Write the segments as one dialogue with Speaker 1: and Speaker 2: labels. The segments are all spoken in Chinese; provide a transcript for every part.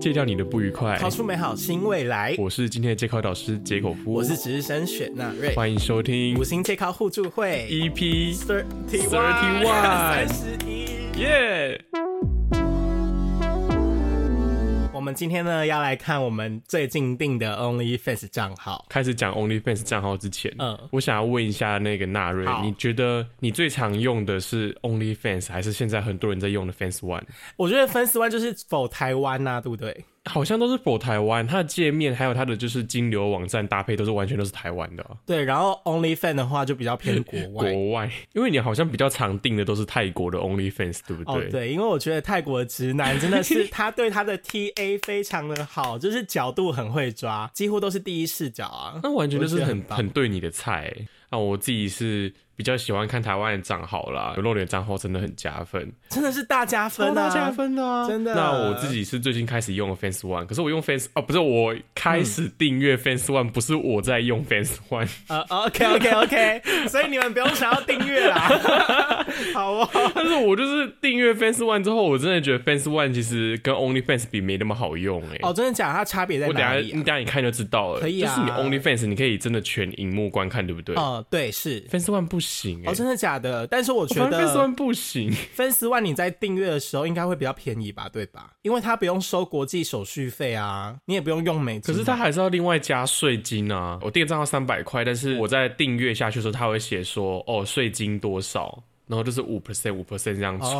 Speaker 1: 戒掉你的不愉快。
Speaker 2: 超出美好新未来。
Speaker 1: 我是今天的监考导师杰口夫，
Speaker 2: 我是值日生雪纳瑞，
Speaker 1: 欢迎收听 E
Speaker 2: 五星健康互助会
Speaker 1: EP
Speaker 2: thirty
Speaker 1: Thirty one
Speaker 2: 三十一。
Speaker 1: 耶。
Speaker 2: 我们今天呢要来看我们最近定的 OnlyFans 账号。
Speaker 1: 开始讲 OnlyFans 账号之前，
Speaker 2: 嗯
Speaker 1: 我想要问一下那个纳瑞，
Speaker 2: 好
Speaker 1: 你觉得你最常用的是 OnlyFans 还是现在很多人在用的 Fans One？
Speaker 2: 我觉得 Fans One 就是否台湾呐、对不对？
Speaker 1: 好像都是否台湾，它的界面还有它的就是金流网站搭配都是完全都是台湾的啊、
Speaker 2: 对，然后 OnlyFans 的话就比较偏国 外。
Speaker 1: 国外，因为你好像比较常订的都是泰国的 OnlyFans，对不
Speaker 2: 哦
Speaker 1: 对？，
Speaker 2: 对，因为我觉得泰国直男真 的是他对他的 TA 非常的好，就是角度很会抓，几乎都是第一视角啊。
Speaker 1: 那完全就是
Speaker 2: 我觉得
Speaker 1: 很
Speaker 2: 很棒
Speaker 1: 很对你的菜欸、啊！我自己是比较喜欢看台湾的账号啦，有露脸账号真的很加分，
Speaker 2: 真的是大加分啊！
Speaker 1: 超加分的、啊，
Speaker 2: 真的
Speaker 1: 那我自己是最近开始用了 Fans One，可是我用 Fans 哦，不是我开始订阅 Fans One，、不是我在用 Fans One，
Speaker 2: 呃，OK OK OK，所以你们不用想要订阅啦， 好哦。
Speaker 1: 但是我就是订阅 Fans One 之后，我真的觉得 Fans One 其实跟 OnlyFans 比没那么好用哎、
Speaker 2: 哦，真的假的？它差别在
Speaker 1: 我等一
Speaker 2: 哪
Speaker 1: 下，
Speaker 2: 里、啊
Speaker 1: 你等一下你看就知道了。
Speaker 2: 可以啊
Speaker 1: 就是你 OnlyFans，你可以真的全荧幕观看，对不对、
Speaker 2: 啊？哦，对，是。
Speaker 1: f a n s One 不行哎、
Speaker 2: 哦，真的假的？但是我觉
Speaker 1: 反正 Fans
Speaker 2: 得
Speaker 1: One 不行。
Speaker 2: 分十万你在订阅的时候应该会比较便宜吧，对吧？因为它不用收国际手续费啊，你也不用用美
Speaker 1: 可
Speaker 2: 金嘛。
Speaker 1: 是它还是要另外加税金啊！我订账号三百块，但
Speaker 2: 嗯
Speaker 1: 是我在订阅下去的时候，它会写说哦税金多少，然后就是五 percent 五 percent 这样抽。
Speaker 2: 啊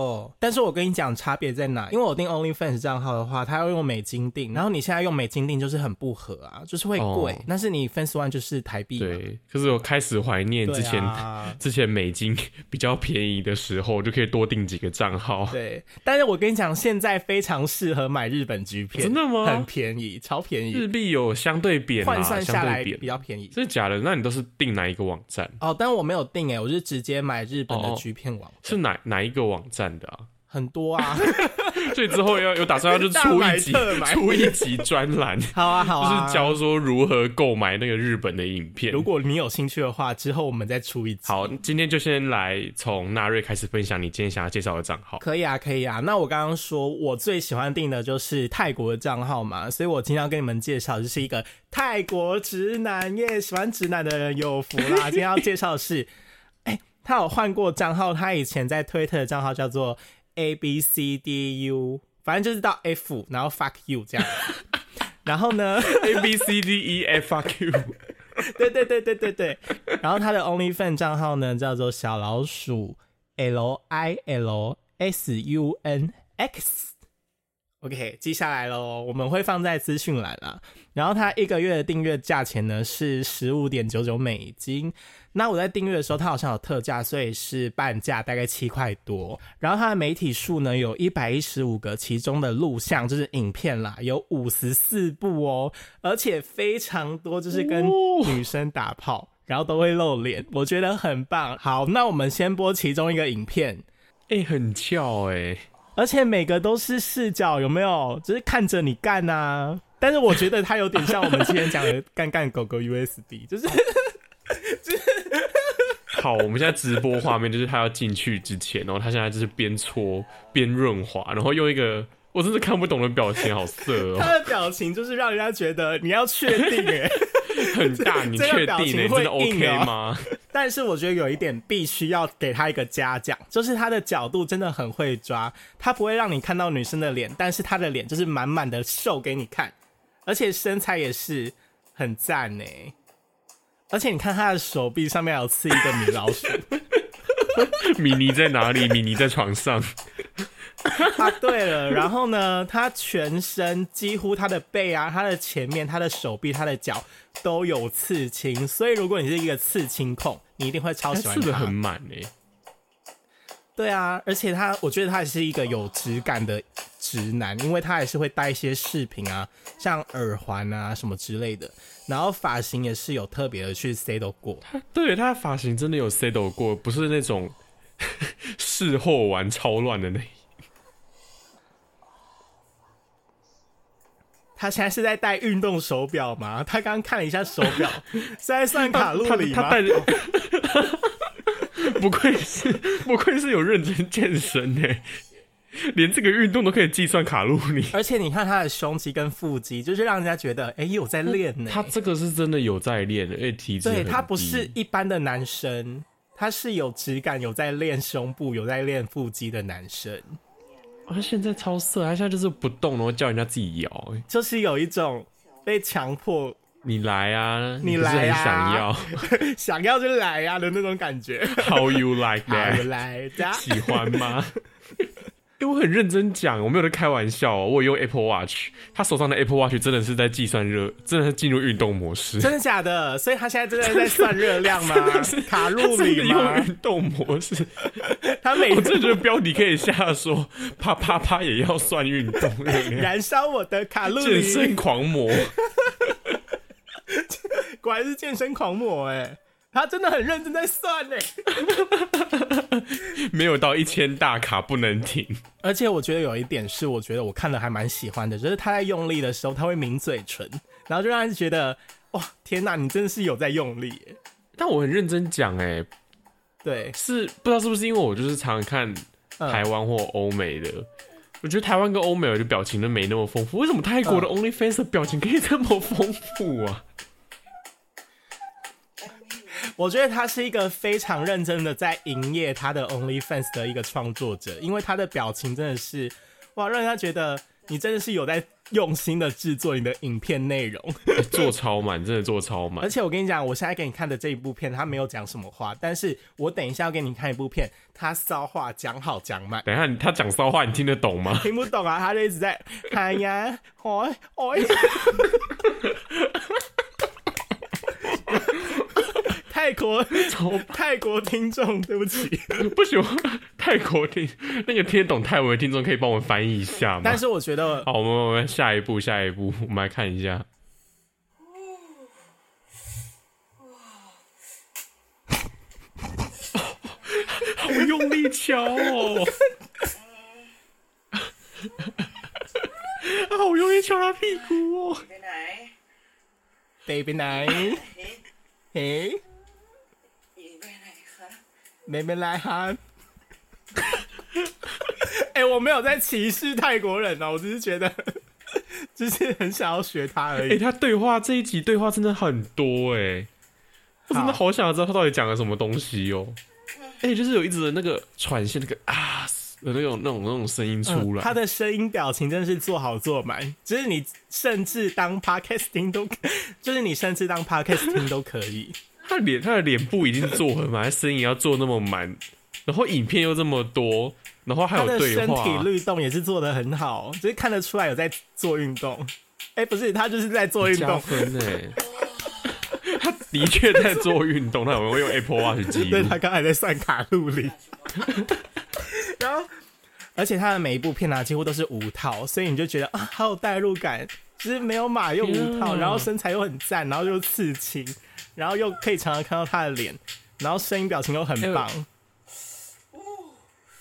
Speaker 2: 哦，但是我跟你讲差别在哪？因为我订 OnlyFans 账号的话，它要用美金订，然后你现在用美金订就是很不合啊，就是会贵。
Speaker 1: 哦
Speaker 2: 但是你 Fans One 就是台币嘛，
Speaker 1: 对，可是我开始怀念
Speaker 2: 对
Speaker 1: 之 前、
Speaker 2: 啊
Speaker 1: 之前美金比较便宜的时候，就可以多订几个账号。
Speaker 2: 对，但是我跟你讲，现在非常适合买日本 G 片，
Speaker 1: 真的吗
Speaker 2: 很便宜，超便宜
Speaker 1: 日，币有相对贬
Speaker 2: 换
Speaker 1: 啊，
Speaker 2: 算下
Speaker 1: 相
Speaker 2: 来
Speaker 1: 对
Speaker 2: 比
Speaker 1: 贬，
Speaker 2: 较便宜。
Speaker 1: 真的假的？那你都是订哪一个网站？
Speaker 2: 哦，但我没有订哎、我是直接买日本
Speaker 1: 哦哦
Speaker 2: 的 G 片网站，
Speaker 1: 是哪哪一个网站的啊？
Speaker 2: 很多啊。
Speaker 1: 所以之后要有打算要就
Speaker 2: 大
Speaker 1: 出
Speaker 2: 买
Speaker 1: 一集
Speaker 2: 特买
Speaker 1: 出一集专栏，
Speaker 2: 好啊， 好啊。
Speaker 1: 就是教说如何购买那个日本的影片
Speaker 2: 如。果你有兴趣的话，之后我们再出一集。
Speaker 1: 好，今天就先来从纳瑞开始分享你今天想要介绍的账 号。
Speaker 2: 可以啊，可以啊。那我刚刚说我最喜欢订的就是泰国的账号嘛，所以我今天要跟你们介绍，就是一个泰国直男耶，喜欢直男的人有福啦。今天要介绍的是，哎、他有换过账号，他以前在推特的账号叫做 A B C D U，反正就是到 F，然后 fuck you 这样。 然后呢？
Speaker 1: A B C D E F R Q，
Speaker 2: 对对对对对对。然后他的 OnlyFans 账号呢，叫做小老鼠 L I L S U N X。OK，记下来喽，我们会放在资讯栏啦。然后他一个月的订阅价钱呢是十五点九九美金。那我在订阅的时候，它好像有特价，所以是半价，大概七块多。然后它的媒体数呢有一百一十五个，其中的录像就是影片啦，有五十四部哦，而且非常多，就是跟
Speaker 1: 哦
Speaker 2: 女生打炮，然后都会露脸，我觉得很棒。好，那我们先播其中一个影片。
Speaker 1: 哎、很翘哎、
Speaker 2: 而且每个都是视角，有没有？就是看着你干啊。但是我觉得它有点像我们之前讲的干干狗狗 USD，就是
Speaker 1: 好，我们现在直播画面就是他要进去之前，然后他现在就是边搓边润滑，然后用一个我真是看不懂的表情，好色 哦、
Speaker 2: 它的表情，就是让人家觉得你要确定哎、
Speaker 1: 很大，你
Speaker 2: 这
Speaker 1: 确
Speaker 2: 个表
Speaker 1: 定、
Speaker 2: 情
Speaker 1: 欸、
Speaker 2: 会
Speaker 1: 真的
Speaker 2: 硬
Speaker 1: OK
Speaker 2: 哦
Speaker 1: 吗？
Speaker 2: 但是我觉得有一点必须要给他一个嘉奖，就是他的角度真的很会抓，他不会让你看到女生的脸，但是他的脸就是满满的秀给你看，而且身材也是很赞呢。而且你看他的手臂上面还有刺一个米老鼠
Speaker 1: 米妮在哪里？米妮在床上。
Speaker 2: 啊。对了，然后呢，他全身几乎他的背啊、他的前面、他的手臂、他的脚都有刺青，所以如果你是一个刺青控，你一定会超
Speaker 1: 他
Speaker 2: 喜
Speaker 1: 吃
Speaker 2: 欢他。
Speaker 1: 的很满哎、
Speaker 2: 对啊，而且他，我觉得他也是一个有质感的直男，因为他也是会戴一些饰品啊，像耳环啊什么之类的，然后发型也是有特别 的去 settle 过。
Speaker 1: 对，他的发型真的有 settle 过，不是那种 事后玩超乱的那。
Speaker 2: 他现在是在戴运动手表吗？他刚刚看了一下手 表，是在算卡路
Speaker 1: 他
Speaker 2: 里
Speaker 1: 他
Speaker 2: 吗？
Speaker 1: 戴着， 不愧是不愧是有认真健身哎、连这个运动都可以计算卡路里。
Speaker 2: 而且你看他的胸肌跟腹肌，就是让人家觉得，哎、有在练呢、
Speaker 1: 他这个是真的有在练，而且体脂
Speaker 2: 对
Speaker 1: 很
Speaker 2: 他不
Speaker 1: 低
Speaker 2: 是一般的男生，他是有质感、有在练胸部、有在练腹肌的男生，
Speaker 1: 啊，他现在超色，他现在就是不动，然后叫人家自己摇、欸
Speaker 2: 就是有一种被强迫
Speaker 1: 你来啊，
Speaker 2: 你
Speaker 1: 不是
Speaker 2: 来
Speaker 1: 很想
Speaker 2: 啊
Speaker 1: 要
Speaker 2: 想要就来呀、的那种感觉。
Speaker 1: ，How you like
Speaker 2: 好
Speaker 1: that？
Speaker 2: 来啊的，
Speaker 1: 喜欢 吗？因为我很认真讲，我没有在开玩笑哦、我有用 Apple Watch，他手上的 Apple Watch 真的是在计算热，真的是进入运动模式，
Speaker 2: 真的假的？所以他现在真的在算热量 吗
Speaker 1: 是？
Speaker 2: 卡
Speaker 1: 真
Speaker 2: 路
Speaker 1: 的
Speaker 2: 里吗
Speaker 1: 用？运动模式。
Speaker 2: 他 每
Speaker 1: 我真的觉得标题可以下说，啪啪啪也要算运动，
Speaker 2: 燃烧我的卡路
Speaker 1: 健
Speaker 2: 里
Speaker 1: 身，狂魔。
Speaker 2: 果然是健身狂魔哎、他真的很认真在算哎、
Speaker 1: 没有到一千大卡不能停。
Speaker 2: 而且我觉得有一点是，我觉得我看了还蛮喜欢的，就是他在用力的时候，他会抿嘴唇，然后就让人觉得哇，天哪，你真的是有在用力耶。
Speaker 1: 但我很认真讲，哎，
Speaker 2: 对，
Speaker 1: 是不知道是不是因为我就是常看
Speaker 2: 嗯
Speaker 1: 台湾或欧美的。我觉得台湾跟欧美的表情都没那么丰富，为什么泰国的 OnlyFans 的表情可以这么丰富 啊？
Speaker 2: 我觉得他是一个非常认真的在营业他的 OnlyFans 的一个创作者，因为他的表情真的是哇，让人家觉得你真的是有在用心的制作你的影片内容。
Speaker 1: 欸做超满，真的做超满
Speaker 2: 而。且我跟你讲，我现在给你看的这一部片，他没有讲什么话，但是我等一下要给你看一部片，他骚话讲好讲满。
Speaker 1: 等一下你他讲骚话，你听得懂吗？
Speaker 2: 听不懂啊，他就一直在哎呀，哎哎，泰国泰国听众，对不起，
Speaker 1: 不行，泰国听那个听得懂泰文的听众可以帮我们翻译一下吗？
Speaker 2: 但是我觉得
Speaker 1: 好，我们我们下一步，下一步，我们来看一下。好哦用力敲哦！啊， 好用力敲他屁股哦！
Speaker 3: Good night.
Speaker 2: baby 来，哎
Speaker 3: 你在哪里喝？
Speaker 2: ，baby 来哈。哎、我没有在歧视泰国人哦，我只是觉得，就是很想要学他而
Speaker 1: 哎、
Speaker 2: 已。
Speaker 1: 他对话这一集对话真的很多哎、我真的好想知道他到底讲了什么东西哦、哎、就是有一直的那个喘息，那个啊的那种那种那种声音出来。
Speaker 2: 嗯他的声音表情真是做好做满，就是你甚至当 podcasting 都， 就是你甚至当 podcasting 都可 以。
Speaker 1: 他的脸他的脸部已经做很满，他声音也要做那么满，然后影片又这么多，然后还
Speaker 2: 他
Speaker 1: 有
Speaker 2: 的
Speaker 1: 对
Speaker 2: 身体
Speaker 1: 话，
Speaker 2: 律动也是做的很好，就是看得出来有在做运动。哎、不是，他就是在做运
Speaker 1: 加
Speaker 2: 动。
Speaker 1: 分哎、 他的确在做运动，他有没有用 Apple Watch 记
Speaker 2: 对
Speaker 1: 录？
Speaker 2: 他刚才在算卡路里，然后而且他的每一部片啊几乎都是无套，所以你就觉得啊好有代入感，就是没有码又无套，
Speaker 1: Yeah
Speaker 2: 然后身材又很赞，然后又刺青，然后又可以常常看到他的脸，然后声音表情又很棒。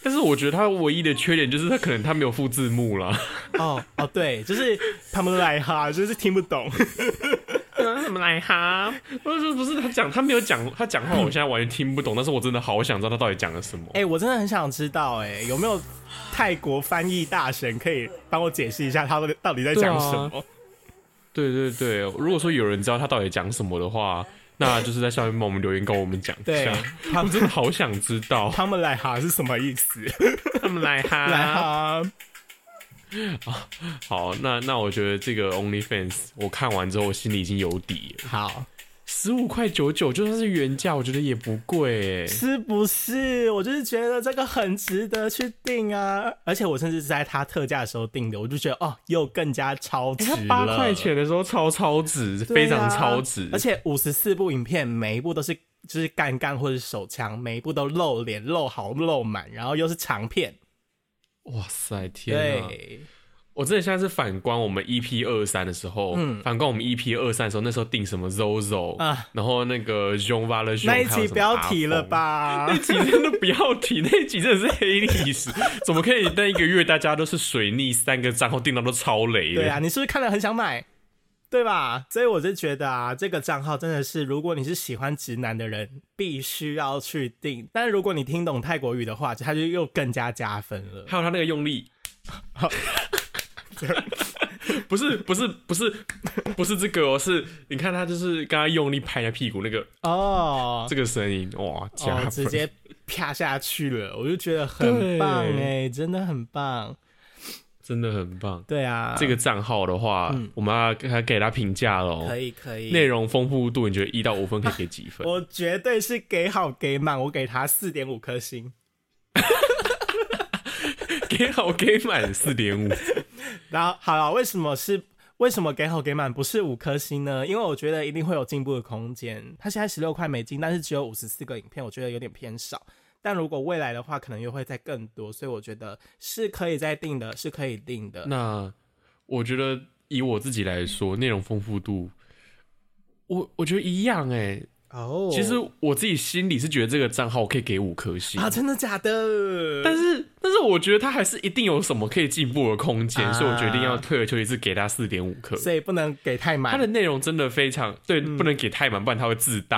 Speaker 1: 但是我觉得他唯一的缺点就是他可能他没有附字幕啦。
Speaker 2: 哦哦对，就是他们来哈，就是听不懂。
Speaker 1: 什么来哈？不是不是，他讲他没有讲，他讲话我现在完全听不懂，但是我真的好想知道他到底讲了什 么。
Speaker 2: 哎、我真的很想知道、哎，有没有泰国翻译大神可以帮我解释一下他们到底在讲什么？
Speaker 1: 对对对，如果说有人知道他到底讲什么的话，那就是在下面帮我们留言跟我们讲一
Speaker 2: 对啊
Speaker 1: 下。
Speaker 2: 他
Speaker 1: 我真的好想知道。
Speaker 2: 他们来哈是什么意思？
Speaker 1: 他们来哈
Speaker 2: 来哈，
Speaker 1: 好，那那我觉得这个 OnlyFans 我看完之后，我心里已经有底了。
Speaker 2: 好，
Speaker 1: 十五块九九，就算是原价，我觉得也不贵、欸。
Speaker 2: 是不是？我就是觉得这个很值得去订啊，而且我甚至是在它特价的时候订的，我就觉得哦，又更加超值
Speaker 1: 它
Speaker 2: 了，
Speaker 1: 八块钱的时候超超值，
Speaker 2: 对啊，
Speaker 1: 非常超值。
Speaker 2: 而且五十四部影片，每一部都是就是干干或者是手枪，每一部都露脸、露好、露满，然后又是长片，
Speaker 1: 哇塞，天啊！
Speaker 2: 对。
Speaker 1: 我真的现在是反观我们 EP 二三的时候，反观我们 EP 二三的时候，那时候订什么 Zozo
Speaker 2: 嗯啊
Speaker 1: 然后那个 John v a l e
Speaker 2: 那一集不要提了。吧
Speaker 1: 那。集真的不要提，那集真的是黑历史，怎么可以那一个月大家都是水逆三个账号订到都超雷的？
Speaker 2: 啊对啊，你是不是看了很想买？对吧？所以我就觉得啊，这个账号真的是，如果你是喜欢直男的人，必须要去订。但是如果你听懂泰国语的话，它就又更加加分了。
Speaker 1: 还有他那个用 力，不是不是不是不是这个哦，是你看他就是刚刚用力拍人家屁股那个
Speaker 2: 哦，
Speaker 1: 这个声音，哇，加
Speaker 2: 哦
Speaker 1: 分，
Speaker 2: 直接啪下去了，我就觉得很棒哎、真的很棒。
Speaker 1: 真的很棒。
Speaker 2: 对啊，嗯
Speaker 1: 这个账号的话，我们要还给他评价喽。
Speaker 2: 可以可以，
Speaker 1: 内容丰富度，你觉得一到五分可以给几分？
Speaker 2: 我绝对是给好给满，我给他四点五颗星。
Speaker 1: 给好给满四点五，
Speaker 2: 然后好了，为什么是为什么给好给满不是五颗星呢？因为我觉得一定会有进步的空间。它现在十六块美金，但是只有五十四个影片，我觉得有点偏少。但如果未来的话，可能又会再更多，所以我觉得是可以再定的，是可以定的。
Speaker 1: 那我觉得以我自己来说，内容丰富度，我我觉得一样哎、
Speaker 2: 哦
Speaker 1: 其实我自己心里是觉得这个账号我可以给五颗星，
Speaker 2: 啊，真的假的？
Speaker 1: 但是但是我觉得它还是一定有什么可以进步的空间，
Speaker 2: 啊
Speaker 1: 所以我决定要退而求其次给它四点五颗。
Speaker 2: 所以不能给太
Speaker 1: 它
Speaker 2: 满
Speaker 1: 的。内容真的非常对，
Speaker 2: 嗯
Speaker 1: 不能给太满，不然它会自大。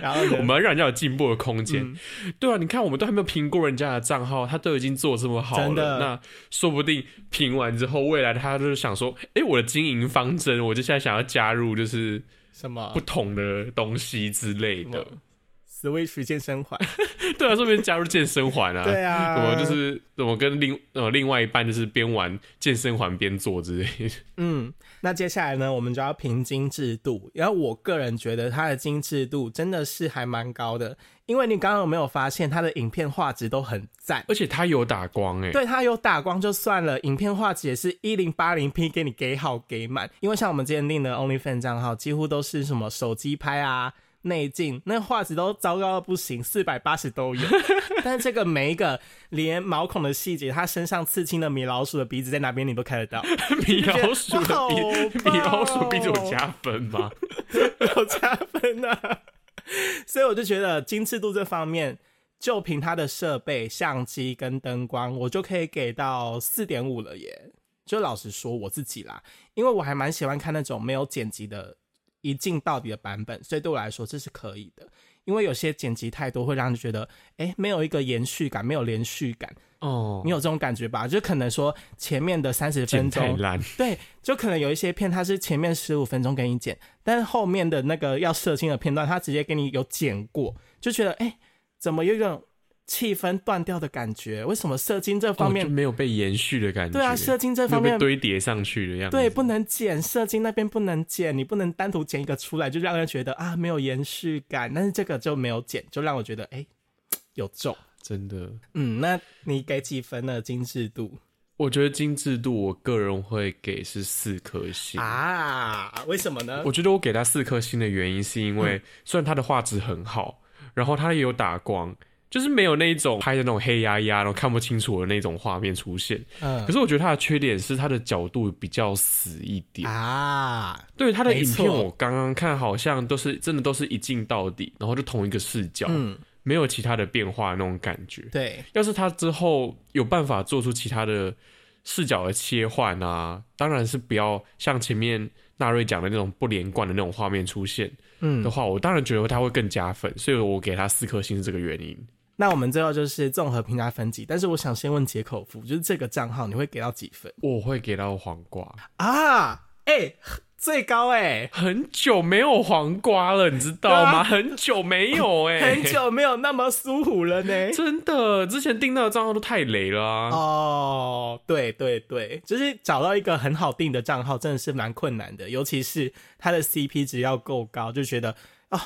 Speaker 2: 然后
Speaker 1: 我
Speaker 2: 呢
Speaker 1: 们要让人家有进步的空间。
Speaker 2: 嗯
Speaker 1: 对啊，你看我们都还没有评过人家的账号，他都已经做这么好
Speaker 2: 真
Speaker 1: 了，
Speaker 2: 的
Speaker 1: 那说不定评完之后，未来他就是想说，哎，我的经营方针，我就现在想要加入就是
Speaker 2: 什么
Speaker 1: 不同的东西之类的。
Speaker 2: 啊 Switch 健身环？
Speaker 1: 对啊，顺便加入健身环啊。
Speaker 2: 对啊
Speaker 1: 怎么就是怎么跟另呃另外一半就是边玩健身环边做之类的。
Speaker 2: 嗯，那接下来呢，我们就要评精致度。然后我个人觉得它的精致度真的是还蛮高的，因为你刚刚有没有发现它的影片画质都很赞？
Speaker 1: 而且他有打光哎、
Speaker 2: 对，它有打光就算了，影片画质也是一零八零 P 给你给好给满。因为像我们之前订的 OnlyFans 账号，几乎都是什么手机拍啊、内镜，那画质都糟糕到不行，四百八十都有。但是这个每一个连毛孔的细节，它身上刺青的米老鼠的鼻子在哪边，你都看得到。
Speaker 1: 米老鼠
Speaker 2: 哇好
Speaker 1: 的鼻，
Speaker 2: 棒
Speaker 1: 米老鼠鼻子有
Speaker 2: 哦
Speaker 1: 加分 吗？
Speaker 2: 有加分呐、 所以我就觉得精致度这方面，就凭它的设备、相机跟灯光，我就可以给到四点五了耶。就老实说我自己啦，因为我还蛮喜欢看那种没有剪辑的一镜到底的版本，所以对我来说这是可以的。因为有些剪辑太多会让你觉得，哎、没有一个延续感，没有连续感，
Speaker 1: 哦
Speaker 2: 你，有这种感觉吧？就可能说前面的三十
Speaker 1: 剪
Speaker 2: 分
Speaker 1: 太
Speaker 2: 钟
Speaker 1: 烂。
Speaker 2: 对，就可能有一些片，它是前面十五分钟给你剪，但是后面的那个要射精的片段，它直接给你有剪过，就觉得哎、诶怎么有一种气氛断掉的感觉？为什么射精这方
Speaker 1: 哦
Speaker 2: 面？
Speaker 1: 就没有被延续的感觉。
Speaker 2: 对啊，射精这
Speaker 1: 没有
Speaker 2: 方
Speaker 1: 被
Speaker 2: 面
Speaker 1: 堆叠上去的样子。
Speaker 2: 对不能剪，啊射精那边不能剪，你不能单独剪一个出来，就让人觉得啊没有延续感。但是这个就没有剪，就让我觉得哎、诶有中。
Speaker 1: 真的，
Speaker 2: 嗯，那你给几分呢？精致度
Speaker 1: 我觉得精致度，我个人会给是四颗星。
Speaker 2: 啊？为什么呢？
Speaker 1: 我觉得我给他四颗星的原因，是因
Speaker 2: 嗯
Speaker 1: 为虽然他的画质很好，然后他也有打光，就是没有那一种拍的那种黑压压，然后看不清楚的那种画面出现。
Speaker 2: 嗯
Speaker 1: 可是我觉得他的缺点是他的角度比较死一点。
Speaker 2: 啊，
Speaker 1: 对他的
Speaker 2: 没
Speaker 1: 影
Speaker 2: 错
Speaker 1: 片，我刚刚看好像都是真的都是一镜到底，然后就同一个视角，
Speaker 2: 嗯，
Speaker 1: 没有其他的变化那种感觉。
Speaker 2: 对。
Speaker 1: 要是他之后有办法做出其他的视角的切换啊，当然是不要像前面纳瑞讲的那种不连贯的那种画面出现，
Speaker 2: 嗯
Speaker 1: 的话，我当然觉得他会更加分，所以我给他四颗星是这个原因。
Speaker 2: 那我们最后就是综合评价分级，但是我想先问解口服，就是这个账号你会给到几分
Speaker 1: 我会给到黄瓜，
Speaker 2: 啊？哎、最高哎、
Speaker 1: 很久没有黄瓜了，你知道吗？很久没有哎、
Speaker 2: 很，久没有那么舒服了呢。
Speaker 1: 真的，之前订到的账号都太雷了啊。
Speaker 2: 哦，对对对，就是找到一个很好定的账号，真的是蛮困难的，尤其是它的 CP 值要够高，就觉得哦，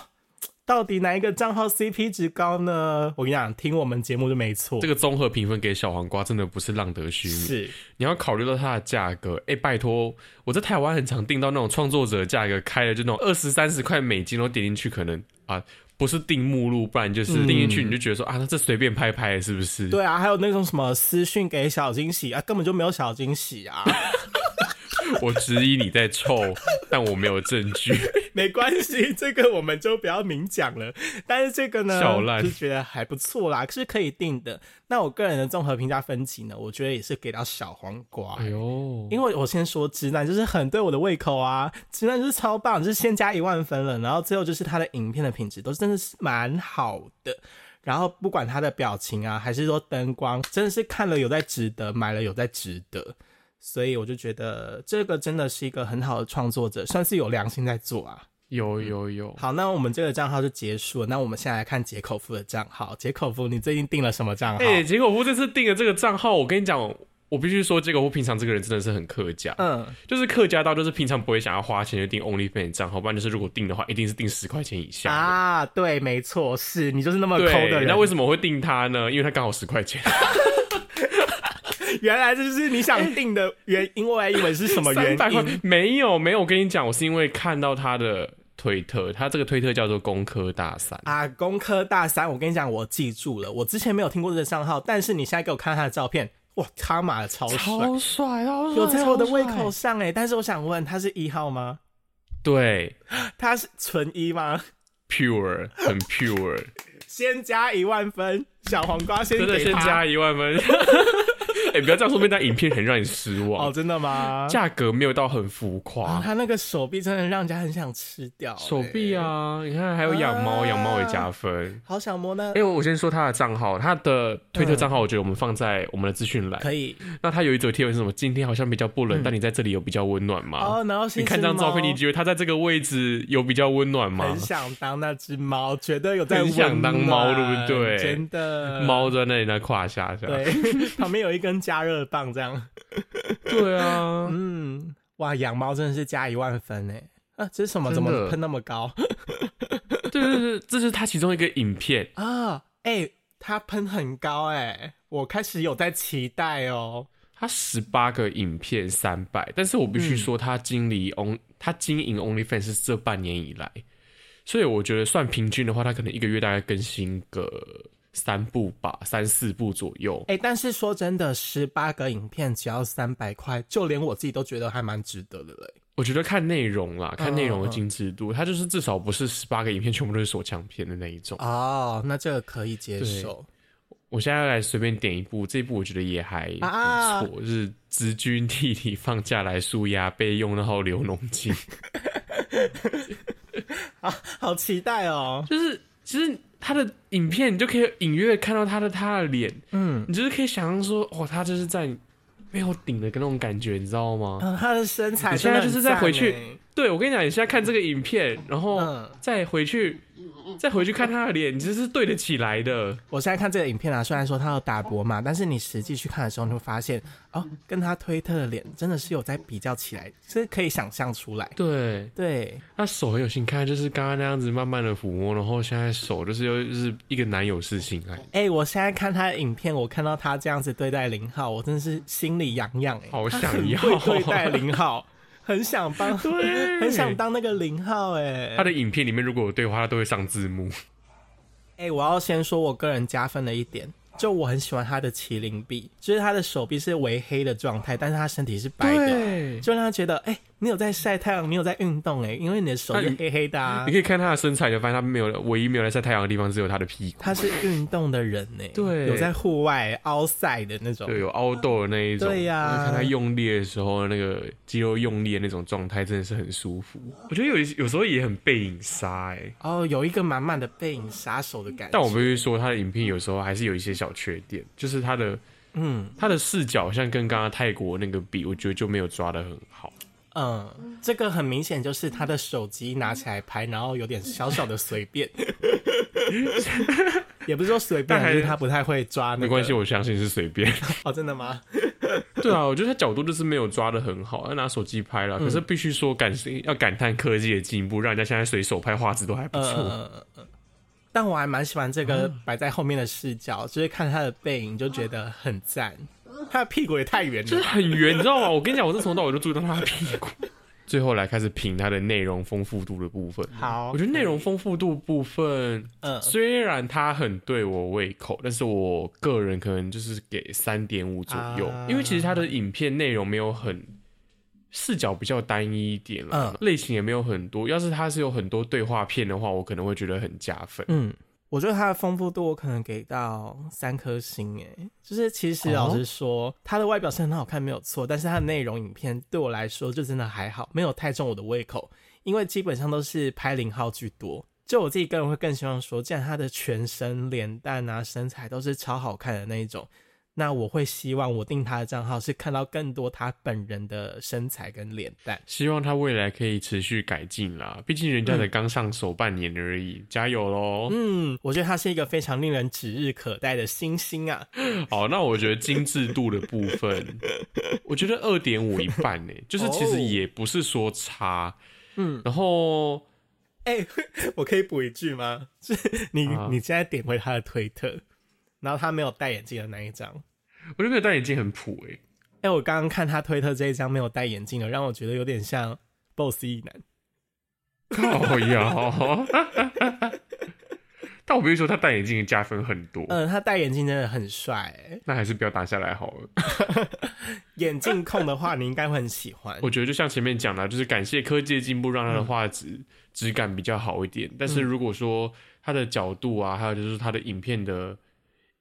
Speaker 2: 到底哪一个账号 CP 值高呢？我跟你讲，听我们节目就没错，
Speaker 1: 这
Speaker 2: 个
Speaker 1: 个综合评分给小黄瓜真的不是浪得虚名，
Speaker 2: 是
Speaker 1: 你要考虑到它的价格。哎、拜托，我在台湾很常订到那种创作者价格开了就那种二十三十块美金，然后点进去可能啊不是订目录，不然就是
Speaker 2: 嗯
Speaker 1: 订进去你就觉得说、啊那这随便拍拍是不是？
Speaker 2: 对啊，还有那种什么私讯给小惊喜啊，根本就没有小惊喜啊。
Speaker 1: 我质疑你在臭， 但我没有证据。
Speaker 2: 没关系，这个我们就不要明讲了。但是这个呢
Speaker 1: 笑，烂
Speaker 2: 就觉得还不错啦，是可以定的。那我个人的综合评价分歧呢，我觉得也是给到小黄瓜。
Speaker 1: 哎呦，
Speaker 2: 因为我先说直男就是很对我的胃口啊，直男就是超棒，就是先加一万分了，然后最后就是他的影片的品质都真的是蛮好的，然后不管他的表情啊，还是说灯光，真的是看了有在值得，买了有在值得，所以我就觉得这个真的是一个很好的创作者，算是有良心在做啊。
Speaker 1: 有有有，
Speaker 2: 好，那我们这个账号就结束了，那我们现在来看解口夫的账号，解口夫你最近订了什么账号？
Speaker 1: 哎、结果我这次订了这个账号，我跟你讲，我必须说，结果我平常这个人真的是很客家，
Speaker 2: 嗯，
Speaker 1: 就是客家到就是平常不会想要花钱去订 OnlyFans 账号，不然就是如果订的话，一定是订十块钱以下的。
Speaker 2: 啊，对，没错，是你就是那么抠呃的
Speaker 1: 对，
Speaker 2: 人。
Speaker 1: 那为什么我会订它呢？因为它刚好十块钱，
Speaker 2: 原来这就是你想定的原因，我还以为是什么原
Speaker 1: 哎 三百块
Speaker 2: 因。
Speaker 1: 没有没有。我跟你讲，我是因为看到它的推特，它这个推特叫做工科大三，
Speaker 2: 啊，工科大三，我跟你讲，我记住了，我之前没有听过这个账号，但是你现在给我看他的照片，哇，他妈的超帅，哦
Speaker 1: 帅，超
Speaker 2: 有在我的胃口。上哎、但是我想问，他是一号吗？
Speaker 1: 对
Speaker 2: 他是纯一吗？
Speaker 1: ，pure 很 pure，
Speaker 2: 先加一万分，小黄瓜先
Speaker 1: 真的
Speaker 2: 给
Speaker 1: 先
Speaker 2: 他
Speaker 1: 加一万分。 哎、不要这样说，那张影片很让你失望。
Speaker 2: 哦，真的吗？
Speaker 1: 价格没有到很浮
Speaker 2: 啊
Speaker 1: 夸，
Speaker 2: 他那个手臂真的让人家很想吃掉、
Speaker 1: 手臂
Speaker 2: 欸，
Speaker 1: 啊，你看还有养猫，
Speaker 2: 啊
Speaker 1: 养猫也加分。
Speaker 2: 好想摸那
Speaker 1: 哎、我我先说他的账号，他的推
Speaker 2: 嗯
Speaker 1: 特账号，我觉得我们放在我们的资讯栏。
Speaker 2: 可以
Speaker 1: 那他有一则贴文是什么？今天好像比较不冷，但你在这里有比较温暖吗
Speaker 2: 嗯哦，？然后
Speaker 1: 你看这张照片，你
Speaker 2: 就。
Speaker 1: 觉得他在这个位置有比较温暖吗
Speaker 2: 很？想当那只猫，觉得有在
Speaker 1: 很想当猫
Speaker 2: 温暖
Speaker 1: 对不对
Speaker 2: 真的
Speaker 1: 猫在那里那胯下，这样。
Speaker 2: 对， 旁边有一根加热棒，这样。
Speaker 1: 对啊，
Speaker 2: 嗯，哇，养猫真的是加一万分哎！啊，这是什么？怎
Speaker 1: 真的
Speaker 2: 么喷那么高
Speaker 1: 对对对，这是他其中一个影片。
Speaker 2: 啊？哎、它喷很高哎、我开始有在期待哦。
Speaker 1: 他十八个影片三百，但是我必
Speaker 2: 嗯
Speaker 1: 须说，他经理 on、他经营 OnlyFans 是这半年以来，所以我觉得算平均的话，他可能一个月大概更新个三部吧，三四部左右。
Speaker 2: 哎、但是说真的，十八个影片只要三百块，就连我自己都觉得还蛮值得的嘞。
Speaker 1: 我觉得看内容啦，看内容
Speaker 2: 嗯
Speaker 1: 的精致度，他就是至少不是十八个影片全部都是手枪片的那一种。
Speaker 2: 哦，那这个可以接
Speaker 1: 对
Speaker 2: 受。
Speaker 1: 我现在要来随便点一部，这一部我觉得也还不错，
Speaker 2: 啊
Speaker 1: 就是直军替你放假来舒压备用，然后流脓 精。
Speaker 2: 好期待哦！
Speaker 1: 就是其实他的影片，你就可以隐约看到他的他的脸，
Speaker 2: 嗯，
Speaker 1: 你就是可以想象说，哇，他就是在没有顶的跟那种感觉，你知道吗？
Speaker 2: 啊，他的身材
Speaker 1: 你现在
Speaker 2: 真的很
Speaker 1: 就是再回去哦
Speaker 2: 赞欸
Speaker 1: 对我跟你讲，你现在看这个影片，然后
Speaker 2: 嗯
Speaker 1: 再回去，再回去看他的脸，你这是对得起来的。
Speaker 2: 我现在看这个影片啊，虽然说他有打薄嘛，但是你实际去看的时候，你会发现哦，跟他推特的脸真的是有在比较起来，是可以想象出来。
Speaker 1: 对，
Speaker 2: 对，
Speaker 1: 他手很有心，看就是刚刚那样子慢慢的抚摸，然后现在手就是又就是一个男友式性爱，
Speaker 2: 哎、我现在看他的影片，我看到他这样子对待零号，我真的是心里痒痒哎、
Speaker 1: 好
Speaker 2: 他
Speaker 1: 想
Speaker 2: 很
Speaker 1: 要
Speaker 2: 会对待零号，很想帮，
Speaker 1: 对
Speaker 2: 很想当那个零号哎、
Speaker 1: 他的影片里面如果有对话，他都会上字幕。
Speaker 2: 哎、我要先说我个人加分的一点，就我很喜欢他的麒麟臂，就是他的手臂是微黑的状态，但是他身体是白的，
Speaker 1: 对
Speaker 2: 就让他觉得，哎、你有在晒太阳，你有在运动、哎，因为你的手是
Speaker 1: 那你
Speaker 2: 黑黑的、啊
Speaker 1: 你，可以看他的身材，你就发现他没有唯一没有在晒太阳的地方只有他的屁股，
Speaker 2: 他是运动的人呢、哎
Speaker 1: 对
Speaker 2: 有在户外 outside 的那种，
Speaker 1: 对，有凹痘的那一种。
Speaker 2: 啊对呀
Speaker 1: 就是看他用力的时候，那个肌肉用力的那种状态真的是很舒服。我觉得有有时候也很被影杀哎、
Speaker 2: 哦，有一个满满的背影杀手的感觉，
Speaker 1: 但我必须说，他的影片有时候还是有一些小缺点，就是他的
Speaker 2: 嗯
Speaker 1: 他的视角像跟刚刚泰国那个比，我觉得就没有抓的很好。
Speaker 2: 嗯，这个很明显就是他的手机拿起来拍，然后有点小小的随 便。也不是说随便，
Speaker 1: 但还
Speaker 2: 就是他不太会抓、那个。
Speaker 1: 没关系，我相信是随 便。
Speaker 2: 哦，真的吗？
Speaker 1: 对啊，我觉得他角度就是没有抓的很好，他拿手机拍了，可
Speaker 2: 嗯
Speaker 1: 是必须说感要感叹科技的进步，让人家现在随手拍画质都还不
Speaker 2: 嗯
Speaker 1: 错。
Speaker 2: 嗯嗯嗯。但我还蛮喜欢这个摆在后面的视角，就是看他的背影就觉得很赞。他的屁股也太圆
Speaker 1: 就是
Speaker 2: 了，
Speaker 1: 很圆，你知道吗？我跟你讲，我是从头到尾就注意到他的屁股。最后来开始评它的内容丰富度的部分。
Speaker 2: 好
Speaker 1: 我觉得内容丰富度部分，
Speaker 2: 嗯
Speaker 1: 虽然它很对我胃口，但是我个人可能就是给三点五左右
Speaker 2: 啊，
Speaker 1: 因为其实它的影片内容没有很视角比较单一一点了，
Speaker 2: 嗯
Speaker 1: 类型也没有很多。要是它是有很多对话片的话，我可能会觉得很加分。
Speaker 2: 嗯，我觉得它的丰富度我可能给到三颗星诶，就是其实
Speaker 1: 哦
Speaker 2: 老实说，它的外表是很好看没有错，但是它的内容影片对我来说就真的还好，没有太重我的胃口，因为基本上都是拍零号居多。就我自己个人会更希望说，既然他的全身、脸蛋啊、身材都是超好看的那一种，那我会希望我订他的账号是看到更多他本人的身材跟脸蛋。
Speaker 1: 希望他未来可以持续改进啦，毕竟人家才刚上手半年而已，加油喽！
Speaker 2: 嗯，我觉得他是一个非常令人指日可待的新星啊。
Speaker 1: 好，那我觉得精致度的部分，我觉得二点五一半呢、就是其实也不是说差，
Speaker 2: 哦嗯，
Speaker 1: 然后
Speaker 2: 哎、我可以补一句吗？ 就是你、
Speaker 1: 啊
Speaker 2: 你现在点回他的推特，然后他没有戴眼镜的那一张。
Speaker 1: 我觉得没有戴眼镜很普哎、
Speaker 2: 哎、我刚刚看他推特这一张没有戴眼镜的，让我觉得有点像 BOSS 一男。
Speaker 1: 靠呀！但我必须说，他戴眼镜加分很多，
Speaker 2: 嗯、他戴眼镜真的很帅、哎
Speaker 1: 那还是不要打下来好了。
Speaker 2: 眼镜控的话，你应该会很喜欢。
Speaker 1: 我觉得就像前面讲的，就是感谢科技的进步，让它的画质质感比较好一点。但是如果说它的角度啊，还有就是它的影片的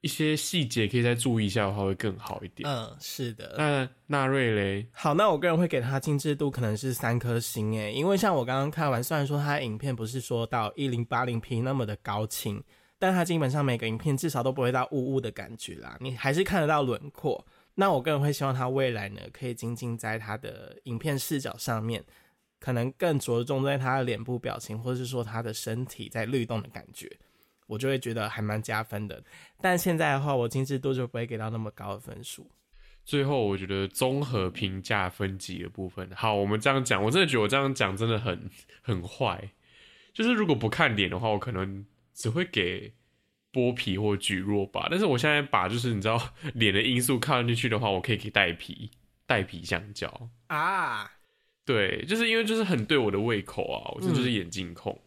Speaker 1: 一些细节，可以再注意一下的话，会更好一点。
Speaker 2: 嗯，是的。
Speaker 1: 那纳瑞嘞，
Speaker 2: 好，那我个人会给它精致度可能是三颗星诶，因为像我刚刚看完，虽然说它的影片不是说到一零八零 P 那么的高清，但它基本上每个影片至少都不会到雾雾的感觉啦，你还是看得到轮廓。那我个人会希望它未来呢，可以精进在它的影片视角上面，可能更着重在它的脸部表情，或者是说它的身体在律动的感觉，我就会觉得还蛮加分的。但现在的话，我精致度就不会给到那么高的分数。
Speaker 1: 最后我觉得综合评价分级的部分，好，我们这样讲，我真的觉得我这样讲真的很 很坏。就是如果不看脸的话，我可能只会给剥皮或举弱吧。但是我现在把就是你知道脸的因素看进去的话，我可以给带皮带皮香蕉。
Speaker 2: 啊，
Speaker 1: 对，就是因为就是很对我的胃口啊，
Speaker 2: 嗯
Speaker 1: 我真的就是眼睛控。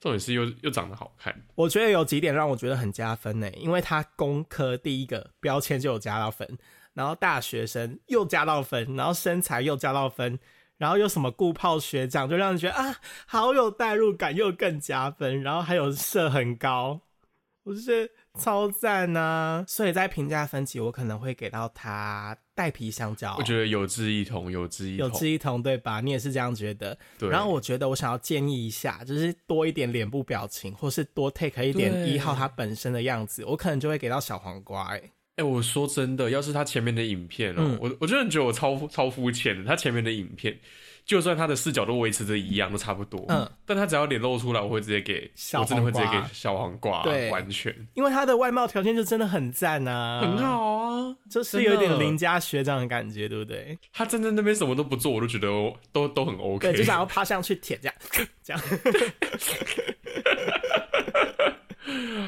Speaker 1: 重点是又又长得好看，
Speaker 2: 我觉得有几点让我觉得很加分呢，因为他工科第一个标签就有加到分，然后大学生又加到分，然后身材又加到分，然后又什么顾泡学长，就让人觉得啊，好有代入感，又更加分，然后还有射很高，我就觉得超赞呐、所以在评价分级，我可能会给到他带皮香蕉，
Speaker 1: 我觉得有志一同，有志一
Speaker 2: 有
Speaker 1: 同。
Speaker 2: 志一同对吧？你也是这样觉得？
Speaker 1: 对，
Speaker 2: 然后我觉得我想要建议一下，就是多一点脸部表情，或是多 take 一点
Speaker 1: 对
Speaker 2: 一号他本身的样子，我可能就会给到小黄瓜、欸。
Speaker 1: 哎、我说真的，要是他前面的影片哦、
Speaker 2: 嗯
Speaker 1: 我我真的觉得我超超肤浅的。他前面的影片，就算他的视角都维持着一样，都差不多。
Speaker 2: 嗯，
Speaker 1: 但他只要脸露出来，我会直接给，
Speaker 2: 小
Speaker 1: 我真的会
Speaker 2: 黄
Speaker 1: 直
Speaker 2: 瓜
Speaker 1: 接给小黄瓜，
Speaker 2: 对
Speaker 1: 完全、
Speaker 2: 因为他的外貌条件就真的很赞啊，
Speaker 1: 很，好啊。
Speaker 2: 就是有点
Speaker 1: 真的
Speaker 2: 邻家学长的感觉，对不对？
Speaker 1: 他站在那边什么都不做，我都觉得我都都很 OK。
Speaker 2: 对，就想要趴上去舔这样，这样。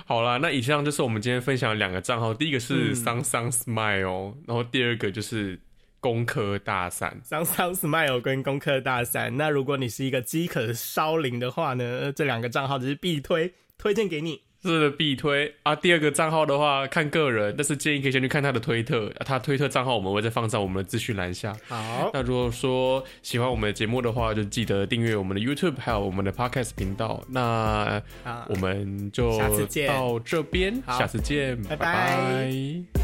Speaker 1: 好啦，那以上就是我们今天分享的两个账号，第一个
Speaker 2: 嗯
Speaker 1: 是 Sun Sun Smile，、哦，然后第二个就是工科大三。
Speaker 2: 上上 smile 跟功课大三，那如果你是一个饥渴烧龄的话呢，这两个账号就是必推，推荐给你。
Speaker 1: 是必推啊！第二个账号的话，看个人，但是建议可以先去看他的推特，啊、他推特账号我们会再放在我们的资讯栏下。
Speaker 2: 好，
Speaker 1: 那如果说喜欢我们的节目的话，就记得订阅我们的 YouTube，还有我们的 Podcast 频道。那
Speaker 2: 啊
Speaker 1: 我们就
Speaker 2: 下次见
Speaker 1: 到这边，
Speaker 2: 好
Speaker 1: 下次见，
Speaker 2: 拜拜
Speaker 1: 拜